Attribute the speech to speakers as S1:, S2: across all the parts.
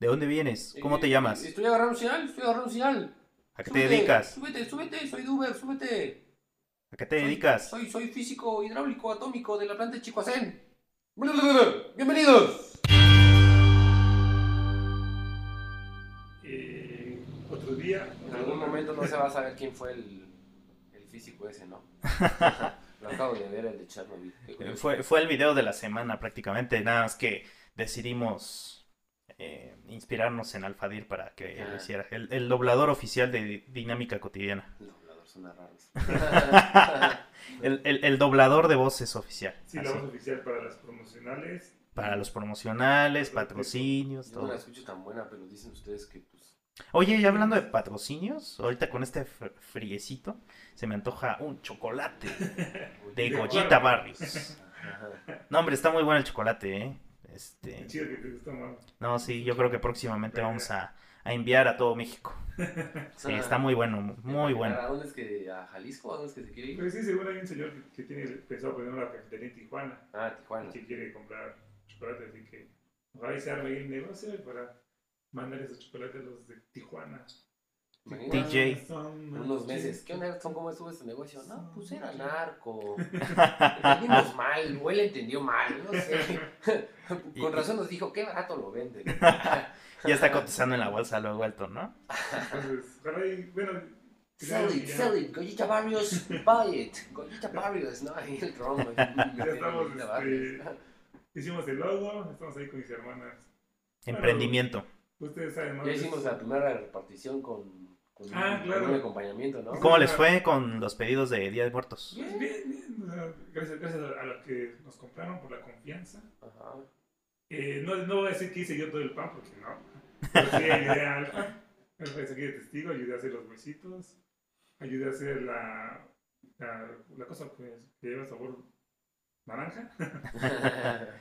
S1: ¿De dónde vienes? ¿Cómo te
S2: Eh,
S1: llamas?
S2: Estoy agarrando un señal, estoy agarrando un señal.
S1: ¿A qué te
S2: Súbete,
S1: dedicas?
S2: Súbete, súbete, soy de Uber, súbete.
S1: ¿A qué te
S2: Soy-
S1: dedicas?
S2: Soy, soy físico hidráulico atómico de la planta de Chicoacén. ¡Bienvenidos!
S3: Eh, otro día,
S2: En algún momento no se va a saber quién fue el, el físico ese, ¿no? Lo acabo de ver, el de Chernobyl. Qué
S1: Eh,
S2: curioso.
S1: Fue, fue el video de la semana prácticamente, nada más que decidimos eh, inspirarnos en Alfadir para que él
S2: Ajá.
S1: lo hiciera. El, el doblador oficial de Di- Dinámica Cotidiana.
S2: Los dobladores son raros.
S1: El, el- el doblador de voces oficial.
S3: sí, la
S1: así,
S3: voz oficial para las promocionales.
S1: Para los promocionales, patrocinios,
S2: Yo no la
S1: todo.
S2: escucho tan buena, pero dicen ustedes que pues.
S1: Oye, y hablando de patrocinios, ahorita con este fr- friecito, se me antoja un chocolate de
S3: De
S1: Goyita
S3: acuerdo.
S1: Barrios.
S2: Ajá.
S1: No, hombre, está muy bueno el chocolate, ¿eh? Este,
S3: Chido que te gusta más.
S1: no, sí, yo creo que próximamente vamos a, a enviar a todo México. Sí, está muy bueno, muy bueno.
S2: ¿A dónde es que? ¿A Jalisco? ¿A dónde es que se quiere ir?
S3: Pero Pues sí, seguro hay un señor que, que tiene pensado poner una cafetería en Tijuana
S2: Ah,
S3: y
S2: Tijuana.
S3: que quiere comprar chocolate, así que ojalá y se arme ahí el negocio para mandar esos chocolates a los de Tijuana.
S2: Imagínate,
S1: DJ.
S3: son
S2: Unos meses.
S3: machitos.
S2: ¿Qué onda, Edson? ¿Cómo estuvo ese negocio? No, pues era narco. Entendimos mal, o él entendió mal, no sé. Con razón nos dijo, qué barato lo venden.
S1: Ya está cotizando en la bolsa luego alto, ¿no?
S3: Entonces, ojalá y, bueno,
S2: Sell it,
S3: ya-
S2: sell it, Goyita Barrios, buy it. Goyita Barrios, ¿no? Ahí el tronco.
S3: ya estamos, este, hicimos el logo, estamos ahí con mis hermanas.
S1: Emprendimiento.
S3: Ustedes saben más.
S2: Ya
S3: de
S2: hicimos
S3: eso.
S2: la primera repartición con, con,
S3: Ah,
S2: un-
S3: claro.
S2: con un acompañamiento, ¿no?
S1: ¿Cómo les fue con los pedidos de Día de Muertos?
S3: Pues Bien, bien, o sea, gracias, gracias a a los que nos compraron por la confianza.
S2: Ajá.
S3: Eh, no, no voy a decir que hice yo todo el pan, porque no. Pero sí ayudé a Alfa. Alfa es aquí de testigo, ayudé a hacer los huesitos, ayudé a hacer la, la, la cosa que, que lleva sabor naranja.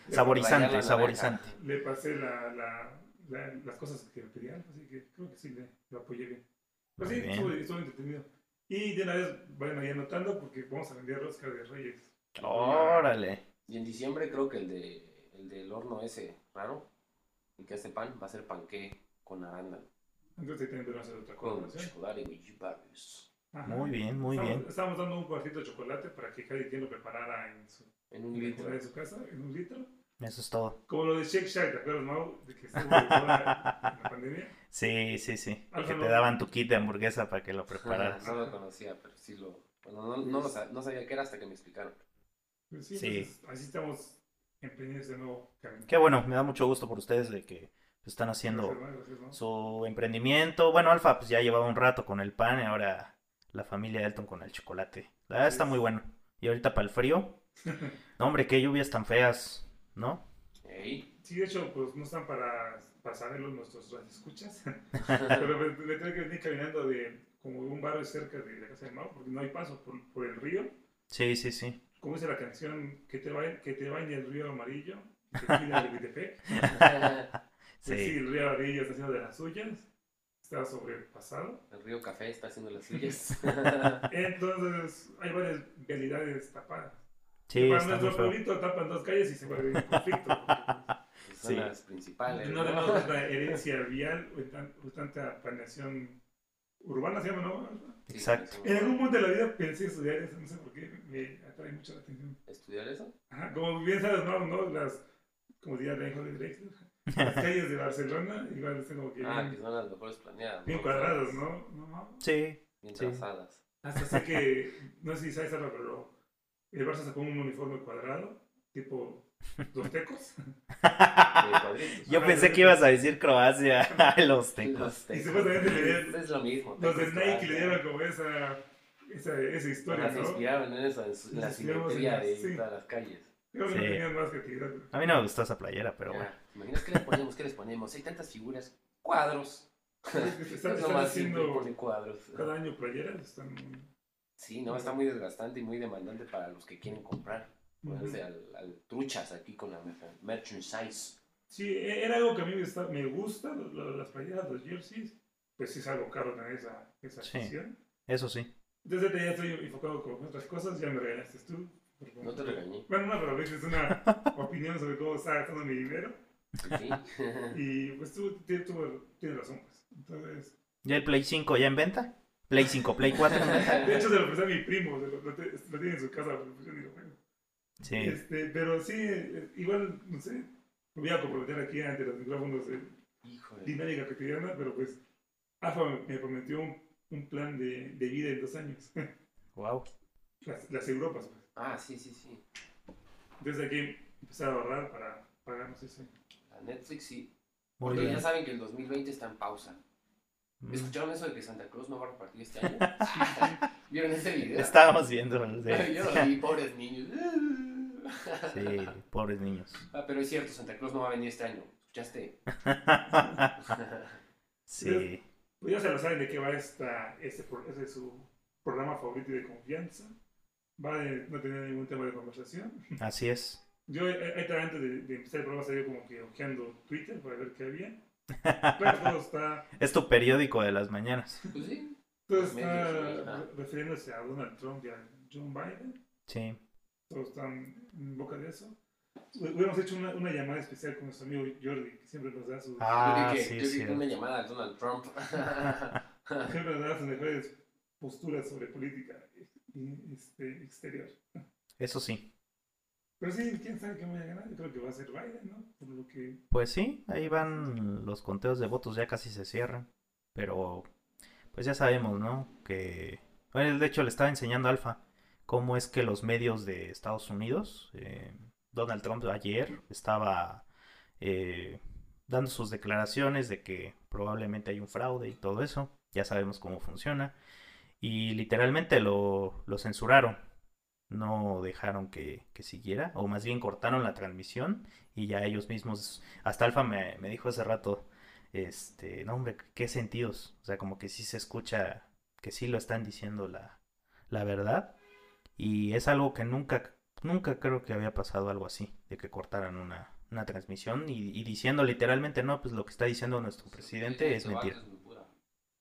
S1: Saborizante,
S2: Rayar la
S1: saborizante.
S2: naranja.
S3: Le pasé la, la, la- las cosas que pedía Alfa, así que creo que sí le, lo apoyé bien. Pero sí,
S1: Muy bien.
S3: estuvo, estuvo entretenido. Y de una vez vayan ahí anotando porque vamos a vender rosca de Reyes.
S1: Órale.
S2: Y en diciembre creo que el de el del horno ese raro, el que hace pan, va a ser panqué con arándano,
S3: Entonces ahí también podemos hacer otra
S2: con
S3: colaboración.
S2: chocolate y goji barrios.
S3: Ajá.
S1: Muy bien, muy
S3: Estamos-
S1: bien.
S3: Estábamos dando un cuartito de chocolate para que cada quien lo preparara en su,
S2: En
S3: en
S2: un
S3: la
S2: litro.
S3: comodidad de su casa, en un litro.
S1: Eso es todo.
S3: Como lo de Shake Shack, ¿te acuerdas, Mau? De que estuvo de moda en la pandemia.
S1: Sí, sí, sí.
S3: Alfa,
S1: Que
S3: no.
S1: te daban tu kit de hamburguesa para que lo
S2: Ajá,
S1: prepararas.
S2: No lo conocía, pero sí lo. Bueno, no, no, lo sa- no sabía qué era hasta que me explicaron.
S3: Pues sí,
S1: Sí.
S3: entonces, así estamos emprendidos de nuevo. Carmen.
S1: Qué bueno, me da mucho gusto por ustedes de que están
S3: Gracias,
S1: haciendo
S3: Mau, gracias, Mau.
S1: su emprendimiento. Bueno, Alfa, pues ya llevaba un rato con el pan y ahora la familia Elton con el chocolate. La verdad está muy bueno. Y ahorita para el frío. No, hombre, qué lluvias tan feas, ¿no?
S2: Ey,
S3: Sí, de hecho, pues no están para, para saberlo nuestros escuchas. Pero me, me tengo que venir caminando de como un barrio cerca de la casa de Mau, porque no hay paso por, por el río.
S1: Sí, sí, sí.
S3: Como dice la canción, que te bañe, que te bañe el río amarillo, que te cuida el Vitepec. Pues sí,
S1: Sí.
S3: el río Amarillo está haciendo de las suyas, está sobrepasado.
S2: el río café está haciendo las suyas.
S1: Ah.
S3: Entonces, hay varias vialidades tapadas.
S1: Sí,
S3: para
S1: está muy
S3: nuestro
S1: feo.
S3: pueblito tapan dos calles y se vuelve un conflicto. porque,
S2: que Son
S1: Sí.
S2: las principales.
S3: pues, no tenemos tanta herencia vial o, tan- o tanta planeación urbana, se llama, ¿no?
S2: Sí,
S1: Exacto.
S2: son-
S3: En algún momento de la vida pensé estudiar eso, no sé por qué, me atrae mucho la atención.
S2: ¿Estudiar eso?
S3: Ajá, como bien sabes, ¿no? ¿no? Las, como diría la hija de Drexler, las calles de Barcelona, igual están como que
S2: Ah, que
S3: bien,
S2: son las mejores planeadas.
S3: bien cuadradas, ¿no? ¿No, Mau?
S1: Sí.
S2: Bien
S1: Sí.
S2: trazadas.
S3: Hasta sé que, no sé si sabes algo, pero el Barça sacó un uniforme cuadrado, tipo los tecos,
S2: de cuadritos.
S1: Yo pensé que ibas a decir Croacia los tecos.
S2: Los
S3: Y supuestamente le dieron-
S2: Es lo mismo.
S3: los de
S2: tecos
S3: Nike le dieron
S2: croatas.
S3: como esa, esa, esa historia,
S2: Las
S3: ¿no?
S2: inspiraron en eso, en, su- en la
S3: Nos inspiramos
S2: simetría
S3: en
S2: de
S3: las- sí.
S2: todas las calles.
S3: Creo que no
S1: Sí.
S3: tenían más creatividad.
S1: A mí no me gustó esa playera, pero
S2: Ya,
S1: bueno.
S2: ¿Te imaginas qué les ponemos? ¿Qué les ponemos? Hay tantas figuras. Cuadros.
S3: Están,
S2: es lo
S3: están
S2: más simple, ponen
S3: haciendo
S2: cuadros.
S3: cada año playeras, están...
S2: Sí, no, está muy desgastante y muy demandante para los que quieren comprar. Ponerse al, al truchas aquí con la mer- merchandise.
S3: Sí, e- era algo que a mí me, gusta, me gusta, lo- lo- las playeras, los jerseys, pues sí es algo caro tener esa, esa
S1: Sí.
S3: afición.
S1: Eso sí.
S3: Entonces ya estoy enfocado con otras cosas, ya me regalaste tú. por favor.
S2: No te regañé.
S3: Bueno, no, pero a veces una opinión sobre cómo está gastando mi dinero.
S2: Sí.
S3: Y pues tú tienes, tú- tienes razón, pues. Entonces,
S1: ¿Ya el Play 5 ya en venta? Play 5, Play 4 en venta.
S3: de hecho, se lo presté a mi primo, se lo, lo te- lo tiene en su casa, pero pues yo digo, bueno.
S1: Sí.
S3: Este, pero sí, eh, igual, no sé, me voy a comprometer aquí ante los micrófonos de
S2: Híjole.
S3: dinámica cotidiana, pero pues AFA me- me prometió un, un plan de, de vida en dos años,
S1: Wow.
S3: las, las Europas, pues.
S2: Ah, sí, sí, sí.
S3: Entonces aquí empecé a ahorrar para pagarnos ese.
S2: La Netflix sí.
S1: Muy
S2: Pero
S1: bien.
S2: ya saben que el 2020 está en pausa.
S1: Mm.
S2: ¿Escucharon eso de que Santa Cruz no va a repartir este año? ¿Vieron ese video?
S1: Estábamos viendo los de...
S2: Yo lo vi, pobres niños.
S1: Sí, pobres niños.
S2: Ah, pero es cierto, Santa Cruz no va a venir este año. ¿Escuchaste?
S1: Sí.
S3: Pues ya se lo saben de qué va esta, este, pro- ese es su programa favorito y de confianza. Va de no tener ningún tema de conversación.
S1: Así es.
S3: Yo eh, ahí estaba antes de, de empezar el programa salí como que ojeando Twitter para ver qué había. Claro, todo está,
S1: Es tu periódico de las mañanas.
S2: Pues sí.
S3: todo
S2: Los medios,
S3: está
S2: ¿no?
S3: re- refiriéndose a Donald Trump y a John Biden.
S1: Sí.
S3: todos están en boca de eso. Hu- Hubiéramos hecho una, una llamada especial con nuestro amigo Jordi, que siempre nos da sus,
S1: Ah,
S2: yo creo que,
S1: sí,
S2: yo creo
S1: sí.
S2: que una llamada a Donald Trump.
S3: siempre nos da sus mejores posturas sobre política eh, y, este, exterior.
S1: Eso sí.
S3: Pero sí, quién sabe quién vaya a ganar. Yo creo que va a ser Biden, ¿no? Por lo que.
S1: Pues sí, ahí van los conteos de votos, ya casi se cierran. Pero, pues ya sabemos, ¿no? Que. Bueno, de hecho, le estaba enseñando a Alfa cómo es que los medios de Estados Unidos. eh, Donald Trump ayer estaba eh, dando sus declaraciones de que probablemente hay un fraude y todo eso. Ya sabemos cómo funciona. Y literalmente lo, lo censuraron. No dejaron que, que siguiera. O más bien cortaron la transmisión. Y ya ellos mismos. Hasta Alfa me, me dijo hace rato. Este, no hombre, qué sentidos. O sea, como que sí se escucha. Que sí lo están diciendo la, la verdad. Y es algo que nunca, nunca creo que había pasado algo así. De que cortaran una, una transmisión. Y, y diciendo literalmente, no, pues lo que está diciendo nuestro presidente es
S2: Este vato
S1: mentira.
S2: es muy pura.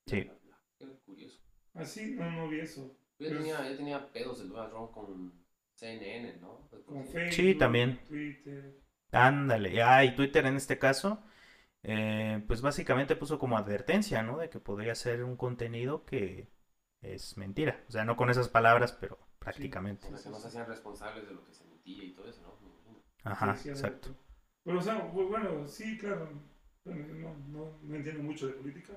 S1: Sí.
S2: Qué curioso.
S3: Así, no, no vi eso.
S2: Yo tenía, yo tenía pedos de Donald Trump con CNN, ¿no? Pues,
S3: Con
S2: pues,
S3: Facebook,
S1: también.
S3: Twitter.
S1: Ándale, ah, y Twitter en este caso, eh, pues básicamente puso como advertencia, ¿no? De que podría ser un contenido que es mentira. O sea, no con esas palabras, pero prácticamente.
S2: Con las que no se hacían responsables de lo que se emitía y todo eso, ¿no? Me imagino.
S1: Ajá,
S3: decía algo.
S1: exacto.
S3: Pero, o sea, bu- bueno, sí, claro. bueno, yo no, no, no entiendo mucho de política.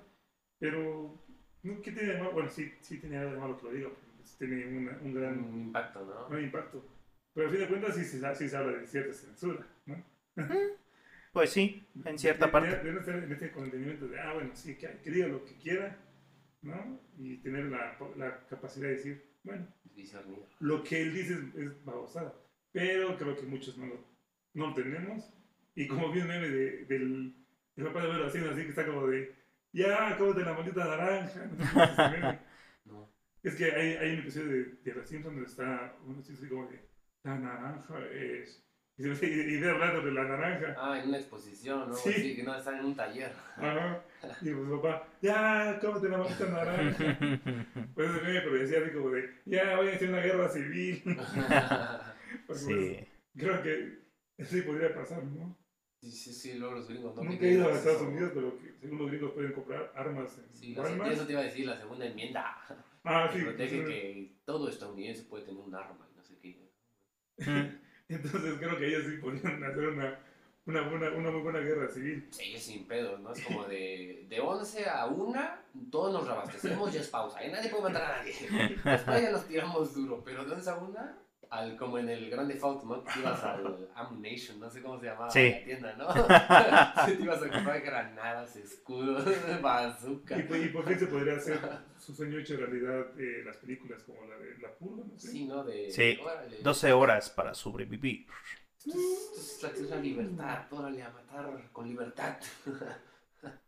S3: Pero. ¿no? ¿Qué tiene de malo? Bueno, sí, sí tiene algo de malo que lo diga. porque pues, Tiene una- un gran.
S2: Un impacto, ¿no?
S3: no hay impacto. Pero a fin de cuentas sí, se sa- sí se habla de cierta censura, ¿no?
S1: Pues sí, en cierta
S3: De-
S1: parte.
S3: de- Debe estar en este entendimiento de, ah, bueno, sí, que, que diga lo que quiera, ¿no? Y tener la, la capacidad de decir, bueno,
S2: Discernir.
S3: lo que él dice es, es babosada. Pero creo que muchos no lo, no lo tenemos. Y como vi un meme de- del el papá de Vero haciendo así, que está como de, ya, de la maldita naranja. No sé cómo es ese meme.
S2: No.
S3: Es que hay, hay un episodio de, de Los Simpsons donde está un episodio así como de la naranja es. Y, se ve- y, y ve hablando de la naranja.
S2: Ah, en una exposición, ¿no?
S3: Sí.
S2: Sí, que no, está en un taller.
S3: Ajá. Y pues papá, ya, cómete la maldita naranja. Pues ese meme, pero decía así como de, ya, voy a hacer una guerra civil. Pues, pues,
S1: Sí,
S3: creo que sí podría pasar, ¿no?
S2: sí, sí, sí, luego los gringos, ¿no? Que
S3: Nunca he
S2: tienen
S3: ido a
S2: acceso-
S3: Estados Unidos, pero que, según los gringos pueden comprar armas en
S2: Sí, la se-
S3: Walmart.
S2: eso te iba a decir, la segunda enmienda.
S3: Ah,
S2: que
S3: sí.
S2: protege
S3: entonces-
S2: que todo estadounidense puede tener un arma y no sé qué.
S1: Mm,
S3: Entonces creo que ellos sí podrían hacer una, una, buena- una muy buena guerra civil.
S2: Sí, sin pedos, ¿no? Es como de, de 11 a 1, todos nos reabastecemos y es pausa. ¿eh? Nadie puede matar a nadie. Después ya nos tiramos duro, pero de 11 a 1, al, como en el Grande Fault, ¿no? Te ibas al Ammunition, no sé cómo se llamaba
S1: Sí.
S2: la tienda, ¿no? Sí, te ibas a comprar granadas, escudos, bazooka.
S3: ¿Y, por- pues, y por fin se podría hacer su sueño hecho realidad eh, las películas como la de La Purga, no sé?
S2: Sí, ¿no? De,
S1: Sí,
S2: órale,
S1: 12 horas para sobrevivir.
S2: Esto es, esto es la acción a libertad, órale, a matar con libertad.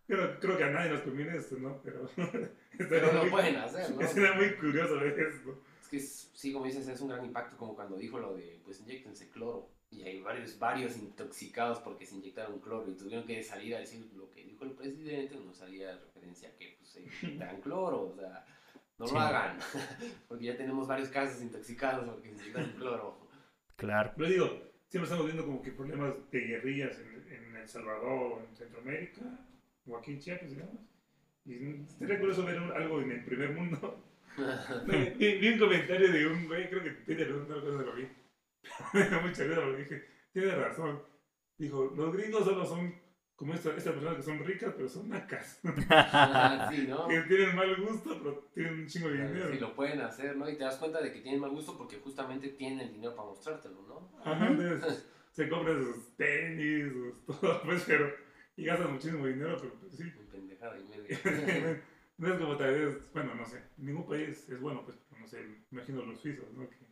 S3: Creo, creo que a nadie nos conviene esto, ¿no? Pero,
S2: Pero
S3: estaría
S2: lo
S3: muy,
S2: pueden hacer, ¿no?
S3: estaría muy curioso ver esto.
S2: Es que es- sí, como dices, es un gran impacto como cuando dijo lo de, pues inyectense cloro. Y hay varios, varios intoxicados porque se inyectaron cloro y tuvieron que salir a decir lo que dijo el presidente, no salía de referencia a que pues, se inyectan cloro, o sea, no
S1: Sí.
S2: lo hagan, porque ya tenemos varios casos intoxicados porque se inyectan cloro.
S1: Claro.
S3: Pero digo, siempre estamos viendo como que problemas de guerrillas en, en El Salvador, en Centroamérica, o aquí en Chiapas, digamos. Y sería curioso ver un- algo en el primer mundo. Vi, vi un comentario de un güey, creo que tiene razón, no recuerdo dónde lo vi. Mucha risa porque dije, tiene razón. Dijo, los gringos solo son como esta- estas personas que son ricas, pero son nacas.
S2: sí, ¿no?
S3: que tienen mal gusto, pero tienen un chingo de dinero.
S2: Si lo pueden hacer, ¿no? Y te das cuenta de que tienen mal gusto porque justamente tienen el dinero para mostrártelo, ¿no?
S3: Ajá, entonces, pues, se compran sus tenis, sus todo, pues, pero. Y gastan muchísimo dinero, pero pues, sí.
S2: Un pendejada y media.
S3: no es como tal vez, bueno, no sé. Ningún país es bueno, pues, no sé, imagino los suizos, ¿no? Que,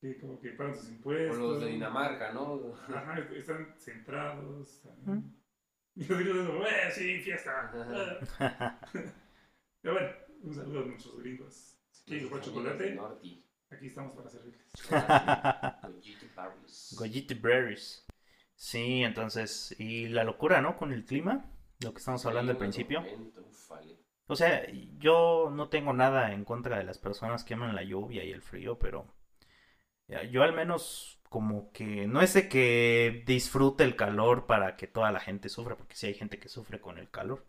S3: que como que pagan sus
S2: O
S3: impuestos.
S2: los de Dinamarca, ¿no?
S3: Ajá, están centrados. también.
S1: Ujú.
S3: Y los gringos, como, ¡eh, sí, fiesta! pero bueno, un saludo a muchos gringos. ¿Quieres jugar chocolate?
S2: Norti.
S3: Aquí estamos para servirles.
S2: Goyito Barrios.
S1: Goyiti Berries. Sí, entonces, y la locura, ¿no? Con el clima, lo que estamos hablando al
S2: Sí,
S1: principio.
S2: momento, ufale.
S1: O sea, yo no tengo nada en contra de las personas que aman la lluvia y el frío, pero ya, yo al menos como que no es de que disfrute el calor para que toda la gente sufra, porque sí hay gente que sufre con el calor,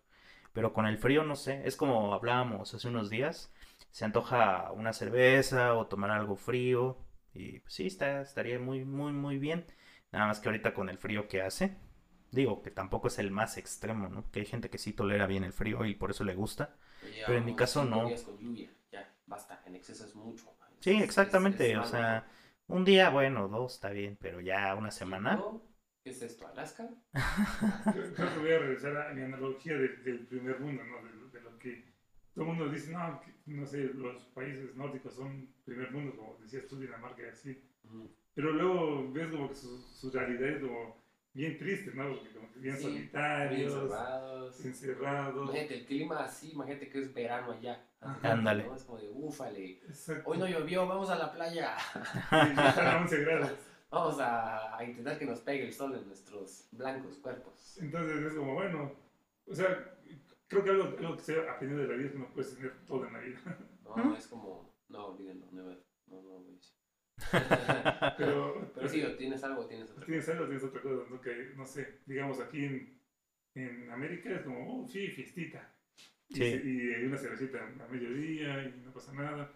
S1: pero con el frío no sé, es como hablábamos hace unos días, se antoja una cerveza o tomar algo frío y pues, sí, está, estaría muy, muy, muy bien, nada más que ahorita con el frío que hace, digo que tampoco es el más extremo, ¿no? Que hay gente que sí tolera bien el frío y por eso le gusta.
S2: Ya
S1: Pero en mi
S2: llevamos
S1: caso
S2: cinco
S1: no.
S2: días con lluvia, ya, basta, en exceso es mucho.
S1: Sí,
S2: Es- es-
S1: exactamente,
S2: es
S1: o
S2: malo.
S1: sea, un día, bueno, dos está bien, pero ya una semana.
S2: ¿No? ¿Qué es esto, Alaska?
S3: Creo creo que voy a regresar a mi analogía de- del primer mundo, ¿no? De, lo- de lo que todo el mundo dice, no, que- no sé, los países nórdicos son primer mundo, como decías tú, Dinamarca y así.
S2: Ujú.
S3: Pero luego ves como que su, su realidad es como bien triste, ¿no? Porque como que bien
S2: Sí, Bien
S3: solitarios,
S2: cerrados.
S3: encerrados.
S2: Imagínate, el clima así, imagínate que es verano allá.
S3: Ajá.
S1: Ándale.
S2: ¿no? Es como de, ufale,
S3: Exacto.
S2: hoy no llovió, vamos a la playa.
S3: Están a 11 grados.
S2: Vamos a, a intentar que nos pegue el sol en nuestros blancos cuerpos.
S3: Entonces es como, bueno, o sea, creo que algo, algo que se ha aprendido de la vida es que no puedes tener todo en la vida.
S2: No,
S1: ¿Mm?
S2: es como, no, olvídenlo, never. no, no, güey.
S3: Pero,
S2: Pero sí, o tienes algo, o tienes otra cosa.
S3: Tienes algo, tienes otra cosa, ¿no? Que, no sé, digamos aquí en, en América es como, oh, sí, fiestita. Y
S1: Sí.
S3: se- Y, hay una cervecita a mediodía y no pasa nada.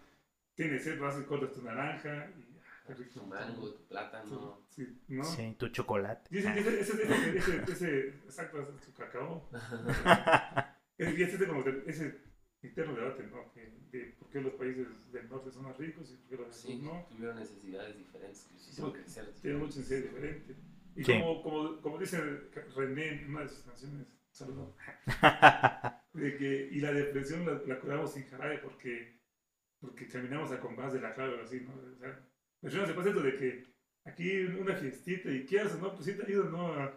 S3: Tienes sed, vas y cortas tu naranja y, ah, qué rico.
S2: Tu mango, tu plátano.
S3: Sí, ¿no?
S1: Sí, tu chocolate. ah,
S3: Dicen que ese, ese, ese, ese, ese- exacto, ese es tu cacao. Es- Y ese es como que ese interno debate, ¿no? Que- de por qué los países del norte son más ricos y por qué los del sur
S2: pues Sí,
S3: no.
S2: tuvieron necesidades diferentes que los hicieron
S3: Porque
S2: crecer.
S3: Tienen mucha ansiedad diferente. Y
S1: Sí.
S3: como, como, como dice René en una de sus canciones, saludo, de que, y la depresión la, la curamos sin jarabe porque, porque caminamos a compás de la clave o así, ¿no? O sea, pero yo no se pasa esto de que aquí una fiestita y quieras o no, pues sí te ayuda, ¿no? A,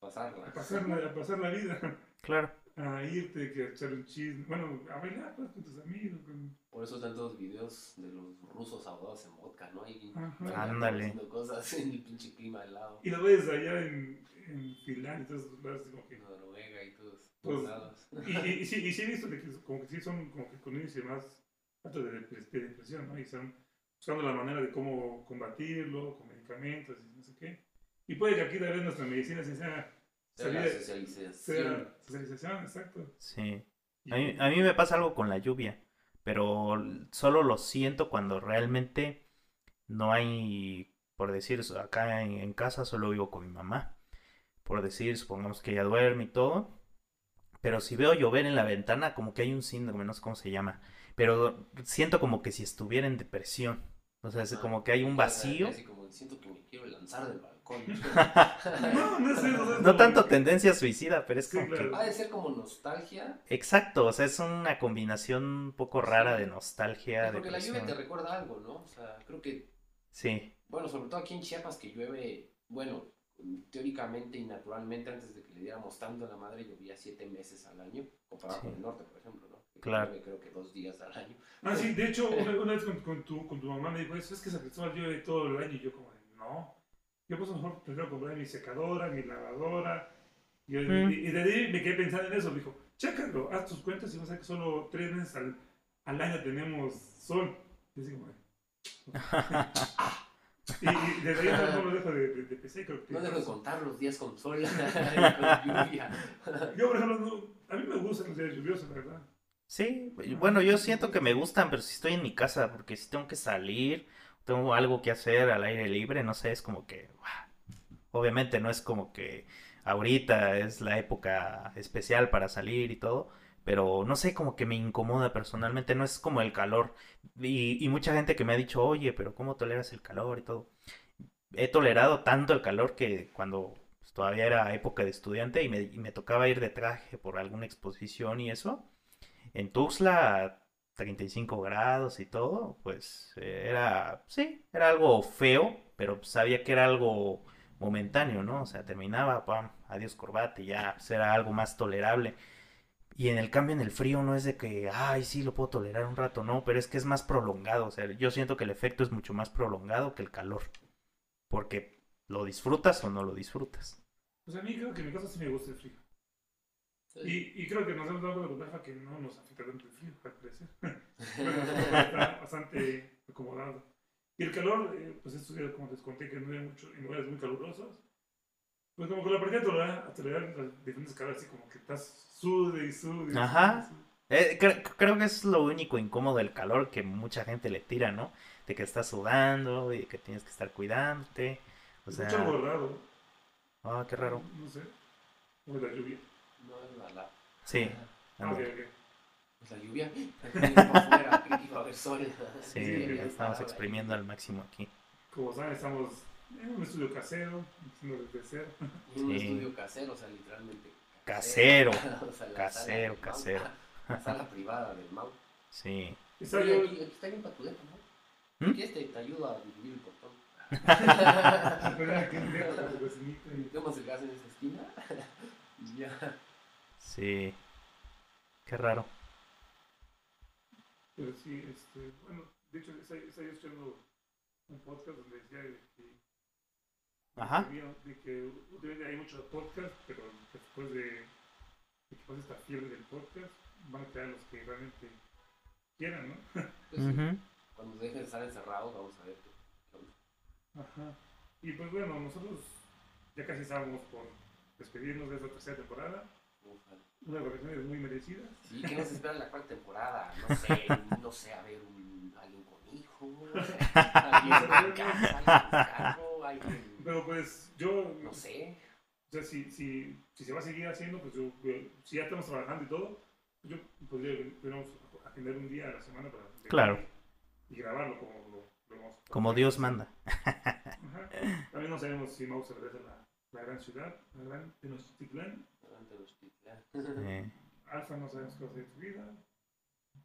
S2: Pasarla.
S3: a pasar, la, a pasar la vida,
S1: Claro.
S3: a irte, que a echar un chisme, bueno, a bailar pues, con tus amigos, con...
S2: Por eso tantos videos de los rusos ahogados en vodka, ¿no? Ahí
S3: Ajá.
S1: Ándale.
S2: haciendo cosas en el pinche clima al lado.
S3: Y lo ves allá en, en Finlandia y todos esos lugares como que...
S2: Noruega y todos
S3: Pues-
S2: todos lados.
S3: Y, y, y sí, y sí he visto de que como que sí son como que con un índice más alto de, depres- de depresión, ¿no? Y están buscando la manera de cómo combatirlo, con medicamentos y no sé qué. Y puede que aquí tal vez nuestra medicina sí sea,
S2: Sea
S3: salida-
S2: la socialización.
S3: sea socialización, exacto.
S1: Sí.
S3: Y-
S1: A mí, a mí me pasa algo con la lluvia, pero solo lo siento cuando realmente no hay, por decir, so- acá en, en casa solo vivo con mi mamá, por decir, supongamos que ella duerme y todo, pero si veo llover en la ventana, como que hay un síndrome, no sé cómo se llama, pero siento como que si estuviera en depresión, o sea, es
S2: Ah,
S1: como que hay un
S2: Ya sabes,
S1: vacío,
S2: Así como siento que me quiero lanzar del balcón.
S3: No, no es eso, no es
S1: no
S3: como
S1: tanto
S3: que-
S1: tendencia suicida, pero es
S3: Sí,
S1: como que...
S3: claro.
S2: Ha de ser como nostalgia.
S1: Exacto, o sea, es una combinación un poco rara de nostalgia,
S2: Porque la lluvia te
S1: depresión.
S2: recuerda algo, ¿no? O sea, creo que
S1: Sí.
S2: Bueno, sobre todo aquí en Chiapas que llueve, bueno, teóricamente y naturalmente antes de que le diéramos tanto a la madre llovía siete meses al año, comparado
S1: Sí.
S2: con el norte, por ejemplo, ¿no? Que
S1: Claro.
S2: llueve creo que dos días al año.
S3: Ah, sí, de hecho, una, una vez con, con tu, con tu mamá me dijo, eso es que San Cristóbal llueve todo el año. Y yo como, de, no, yo pues mejor prefiero comprar mi secadora, mi lavadora. Y, yo-
S1: Mm.
S3: y- y de ahí me quedé pensando en eso. Me dijo, chécalo, haz tus cuentas y vas a ver que solo tres meses al, al año tenemos sol. Y así como, de, "Ah". Y, y desde ahí no lo dejo de, de, de PC, creo que.
S2: No
S3: tiene
S2: dejo de
S3: razón.
S2: contar los días con sol, con lluvia.
S3: Yo, por ejemplo, no- a mí me gustan los días lluviosos, la verdad.
S1: Sí, bueno, yo siento que me gustan, pero si estoy en mi casa, porque si tengo que salir, tengo algo que hacer al aire libre, no sé, es como que, ¡guau! obviamente no es como que ahorita es la época especial para salir y todo, pero no sé, como que me incomoda personalmente, no es como el calor. Y, y mucha gente que me ha dicho, oye, pero ¿cómo toleras el calor y todo? He tolerado tanto el calor que cuando pues, todavía era época de estudiante y me, y me tocaba ir de traje por alguna exposición y eso en Tuxtla a 35 grados y todo, pues eh, era, sí, era algo feo, pero sabía que era algo momentáneo, ¿no? O sea, terminaba, pam, adiós corbata y ya, pues, era algo más tolerable. Y en el cambio en el frío no es de que, ay, sí, lo puedo tolerar un rato, no, pero es que es más prolongado, o sea, yo siento que el efecto es mucho más prolongado que el calor, porque lo disfrutas o no lo disfrutas.
S3: Pues a mí creo que en mi casa sí me gusta el frío. Y, y creo que nos hemos dado cuenta con Rafa que no nos afecta tanto el frío, al parecer. Bueno, está bastante acomodado. Y el calor, eh, pues estos días, como les conté, que no hay mucho, en lugares muy calurosos, pues como que lo aprendí a tolerar, a tolerar las diferentes calores, así como que estás sude y sude. y sude,
S1: Ajá.
S3: y sude.
S1: Eh, cre- creo que es lo único incómodo del calor que mucha gente le tira, ¿no? De que estás sudando y que tienes que estar cuidándote. O sea,
S3: Mucho engordado.
S1: ah, qué raro.
S3: No sé. O la lluvia.
S2: No es la, la,
S1: Sí,
S3: Ah, ok,
S1: ándale.
S3: ok.
S2: es la lluvia. Para afuera, aquí va a haber sol.
S1: Sí,
S3: sí,
S1: la
S3: sí,
S1: estamos exprimiendo al máximo aquí.
S3: Como saben, estamos en un estudio casero, haciendo desde cero.
S2: En un
S1: Sí.
S2: estudio casero, o sea, literalmente.
S1: Casero,
S2: O sea, la
S1: casero,
S2: sala del
S1: casero.
S2: Mau, La sala privada del Mau.
S1: Sí.
S3: Está
S2: Oye,
S3: yo,
S2: aquí, aquí está bien patudeta, ¿no?
S1: ¿Mm?
S2: ¿Quieres te, te ayudo a dividir el portón?
S3: recuerda que un día con tu vecinita y-
S2: Metemos el gas en esa esquina y ya.
S1: Sí. Qué raro.
S3: Pero sí, este, bueno, de hecho, estaba estaba yo escuchando un podcast donde decía de que,
S1: Ajá.
S3: de que- de que últimamente hay muchos podcasts, pero después de, de que pase esta fiebre del podcast, van a quedar los que realmente quieran, ¿no?
S2: Pues,
S1: Ujú.
S2: Cuando dejes de estar encerrado, vamos a ver.
S3: Ajá. Y pues bueno, nosotros ya casi estábamos por despedirnos de esta tercera temporada,
S2: cómo sale.
S3: unas vacaciones muy merecidas.
S2: Sí, ¿qué nos espera en la cuarta temporada? No sé, no sé, a ver, un, alguien con hijos, alguien con casa, alguien con carro, alguien,
S3: Pero pues yo,
S2: no sé.
S3: o sea, si, si, si se va a seguir haciendo, pues yo, yo- si ya estamos trabajando y todo, yo podría podríamos agendar un día a la semana para
S1: Claro.
S3: y grabarlo como lo, lo vamos a-
S1: Como Dios manda.
S3: Ajá. También no sabemos si Mau se regresa a la, la gran ciudad, la gran Tenochtitlán.
S1: Eh,
S3: Alfa no sabemos qué va a hacer de su vida.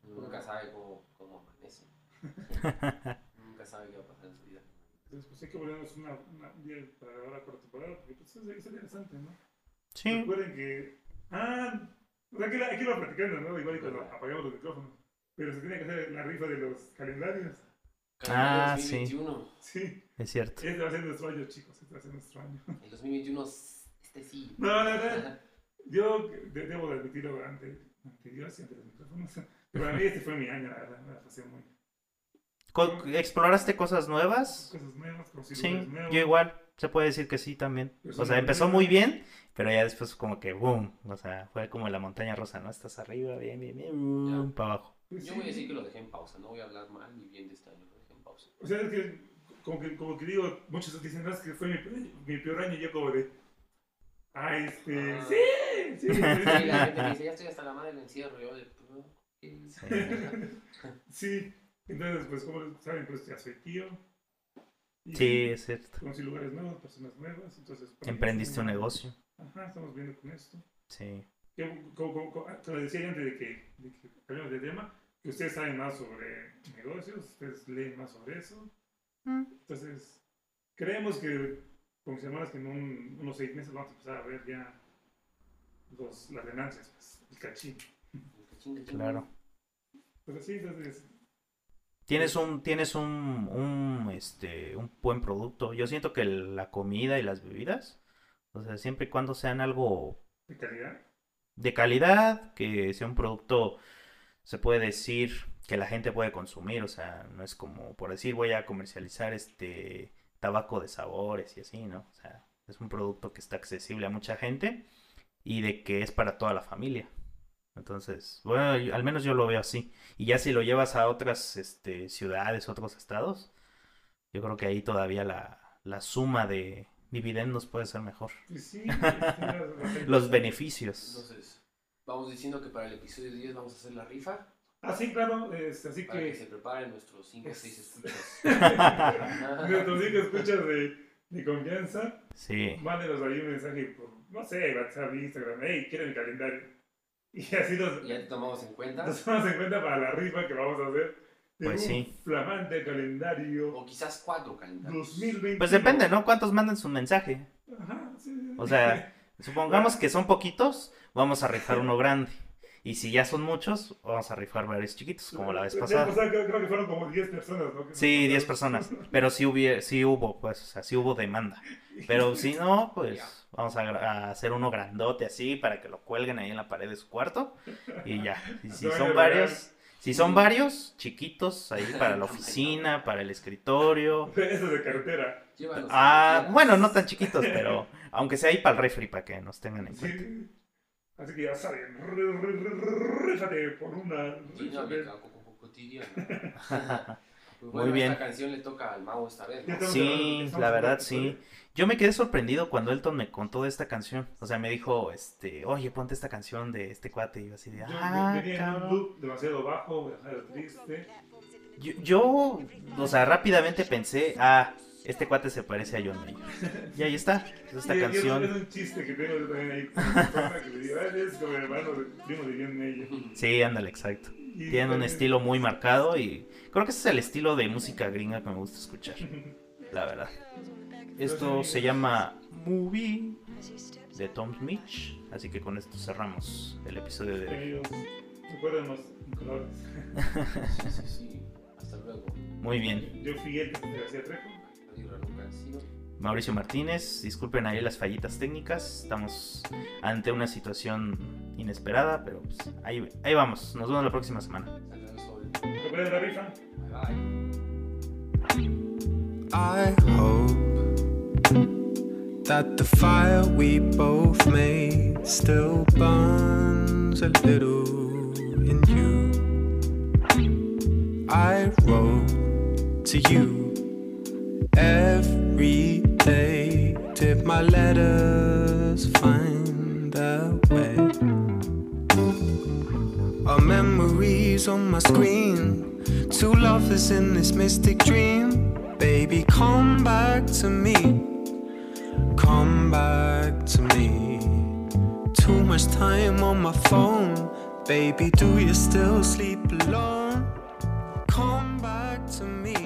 S2: Uno nunca sabe cómo, cómo amanece, nunca sabe qué va a pasar en su vida.
S3: Entonces, pues hay que volvernos una, una- un día para grabar la cuarta temporada, porque pues es, es interesante, ¿no?
S1: Sí.
S3: Recuerden que. Ah, o sea, aquí, la- aquí lo platicando, ¿no? Igual y cuando apagamos los micrófonos. Pero se tiene que hacer la rifa de los calendarios.
S1: Ah,
S2: el
S1: sí.
S2: 2021,
S3: Sí,
S1: Es cierto.
S3: este va a ser nuestro año, chicos. Este va a ser nuestro año.
S2: el 2021, este sí.
S3: No, la verdad, yo de- debo de admitirlo ante, ante Dios y ante los micrófonos. Pero para mí este fue mi año, la verdad. Me la pasé muy.
S1: Co- ¿Exploraste cosas nuevas?
S3: Cosas nuevas, conocí
S1: Sí,
S3: lugares nuevos.
S1: yo igual. Se puede decir que sí también.
S3: Pues
S1: O
S3: sí,
S1: sea,
S3: la
S1: empezó
S3: verdad.
S1: muy bien, pero ya después como que boom. O sea, fue como la montaña rusa, ¿no? Estás arriba, bien, bien, bien, boom, para abajo.
S3: Pues
S2: Yo
S3: sí.
S2: voy a decir que lo dejé en pausa, no voy a hablar mal ni bien de este año, lo dejé en pausa.
S3: O sea, es que como que, como que digo, muchos dicen, no, es que fue mi, pe- mi peor año. Y yo, como de. Ah, este.
S2: Ah.
S3: Sí, sí.
S2: Sí, la
S3: sí,
S2: gente me dice, ya estoy hasta la madre del encierro, yo de... "No, ¿qué?".
S3: Sí, entonces, pues, como saben, pues ya soy tío. Y
S1: Sí, es cierto.
S3: Conocí lugares nuevos, personas nuevas, entonces... para mí
S1: Emprendiste
S3: es
S1: un
S3: muy-
S1: negocio.
S3: Ajá, estamos viendo con esto.
S1: Sí.
S3: Que, como, como- como- ah, te lo decía yo antes de que, de que cambiamos de tema, que ustedes saben más sobre negocios, ustedes leen más sobre eso.
S1: Mm.
S3: Entonces, creemos que con mis hermanas que en un- unos seis meses vamos a empezar a ver ya los, las ganancias, pues, el cachín.
S2: Pues, Chinga, chinga.
S1: Claro.
S3: Entonces, sí, entonces,
S1: Tienes un, tienes un, un, este, un buen producto. Yo siento que el- la comida y las bebidas, o sea, siempre y cuando sean algo
S3: de calidad.
S1: de calidad, que sea un producto, se puede decir, que la gente puede consumir, o sea, no es como por decir voy a comercializar este tabaco de sabores y así, ¿no? O sea, es un producto que está accesible a mucha gente y de que es para toda la familia. Entonces, bueno, yo- al menos yo lo veo así. Y ya si lo llevas a otras este, ciudades, otros estados, yo creo que ahí todavía la, la suma de dividendos puede ser mejor.
S3: Pues sí, este,
S1: Los beneficios.
S2: Entonces, vamos diciendo que para el episodio 10 vamos a hacer la rifa.
S3: Ah, sí, claro, este, así
S2: Para que
S3: que
S2: se preparen nuestros 5 o 6 escuchas.
S3: nuestros hijos escuchas de, de confianza,
S1: Sí,
S3: mándenos ahí un mensaje por, no sé, WhatsApp, Instagram, hey, quieren el calendario. Y así nos,
S2: Ya te tomamos en cuenta.
S3: nos damos en cuenta para la rifa que vamos a hacer de
S1: Pues
S3: un
S1: sí.
S3: flamante calendario
S2: O quizás cuatro calendarios.
S3: 2020.
S1: pues depende, ¿no? ¿Cuántos mandan su mensaje?
S3: Ajá, sí, sí, sí.
S1: O sea, supongamos que son poquitos, vamos a rifar uno grande. Y si ya son muchos, vamos a rifar varios chiquitos, como la vez pasada.
S3: creo, creo que fueron como 10 personas, ¿no? Que
S1: Sí, 10
S3: nos mandaron.
S1: personas. Pero sí, hubiera, sí hubo, pues, o sea, sí hubo demanda. Pero si no, pues vamos a, gra- a hacer uno grandote así para que lo cuelguen ahí en la pared de su cuarto. Y ya. Y si
S3: Lo van a
S1: son
S3: regalar.
S1: varios, si son varios, chiquitos, ahí para la oficina, para el escritorio.
S3: Eso de cartera.
S2: Llévanos
S1: Ah,
S2: a-
S1: bueno, no tan chiquitos, pero aunque sea ahí para el refri, para que nos tengan en cuenta.
S3: Sí. Así que ya saben, re- re- re- rífate por una. rífate.
S2: Dinámica co- cotidiana. Pues bueno,
S1: bien.
S2: Esta canción le toca al mago esta vez.
S3: Ya
S2: ¿no?
S3: estamos
S1: Sí,
S3: estamos
S1: la
S3: hablando
S1: verdad,
S3: de
S1: sí.
S3: historia.
S1: Yo me quedé sorprendido cuando Elton me contó de esta canción. O sea, me dijo, este, oye, ponte esta canción de este cuate. Y yo así de,
S3: Yo
S1: ah,
S3: venía en un
S1: cabrón.
S3: loop demasiado bajo, demasiado triste.
S1: Yo, yo, o sea, rápidamente pensé, ah, este cuate se parece a John Mayer. Y ahí está, es esta
S3: Y- y es- Es
S1: canción.
S3: un chiste que tengo yo también ahí. con mi papá, que le digo, "Ah, eres como el hermano de- primo de John Mayer".
S1: Sí, ándale, exacto.
S3: Y
S1: Tiene un
S3: también-
S1: estilo muy marcado y creo que ese es el estilo de música gringa que me gusta escuchar, la verdad. Esto se llama Movie de Tom Mitch, así que con esto cerramos el episodio de hoy.
S3: Amigos, recuérdenos, colores.
S2: Sí, sí, sí. Hasta luego.
S1: Muy bien.
S3: Yo fui el que te hacía treco.
S2: Adiós, Lucas. Sí, ¿no?
S1: Mauricio Martínez, disculpen ahí las fallitas técnicas, estamos ante una situación inesperada, pero pues, ahí, ahí vamos. Nos vemos la próxima semana.
S2: Salió el sol.
S3: ¿Recuerdan la rifa?
S2: Bye, bye.
S4: I hope that the fire we both made still burns a little in you. I wrote to you every day. Did my letters find their way? Our memories on my screen. Two lovers in this mystic dream. Baby, come back to me. Come back to me. Too much time on my phone. Baby, do you still sleep alone? Come back to me.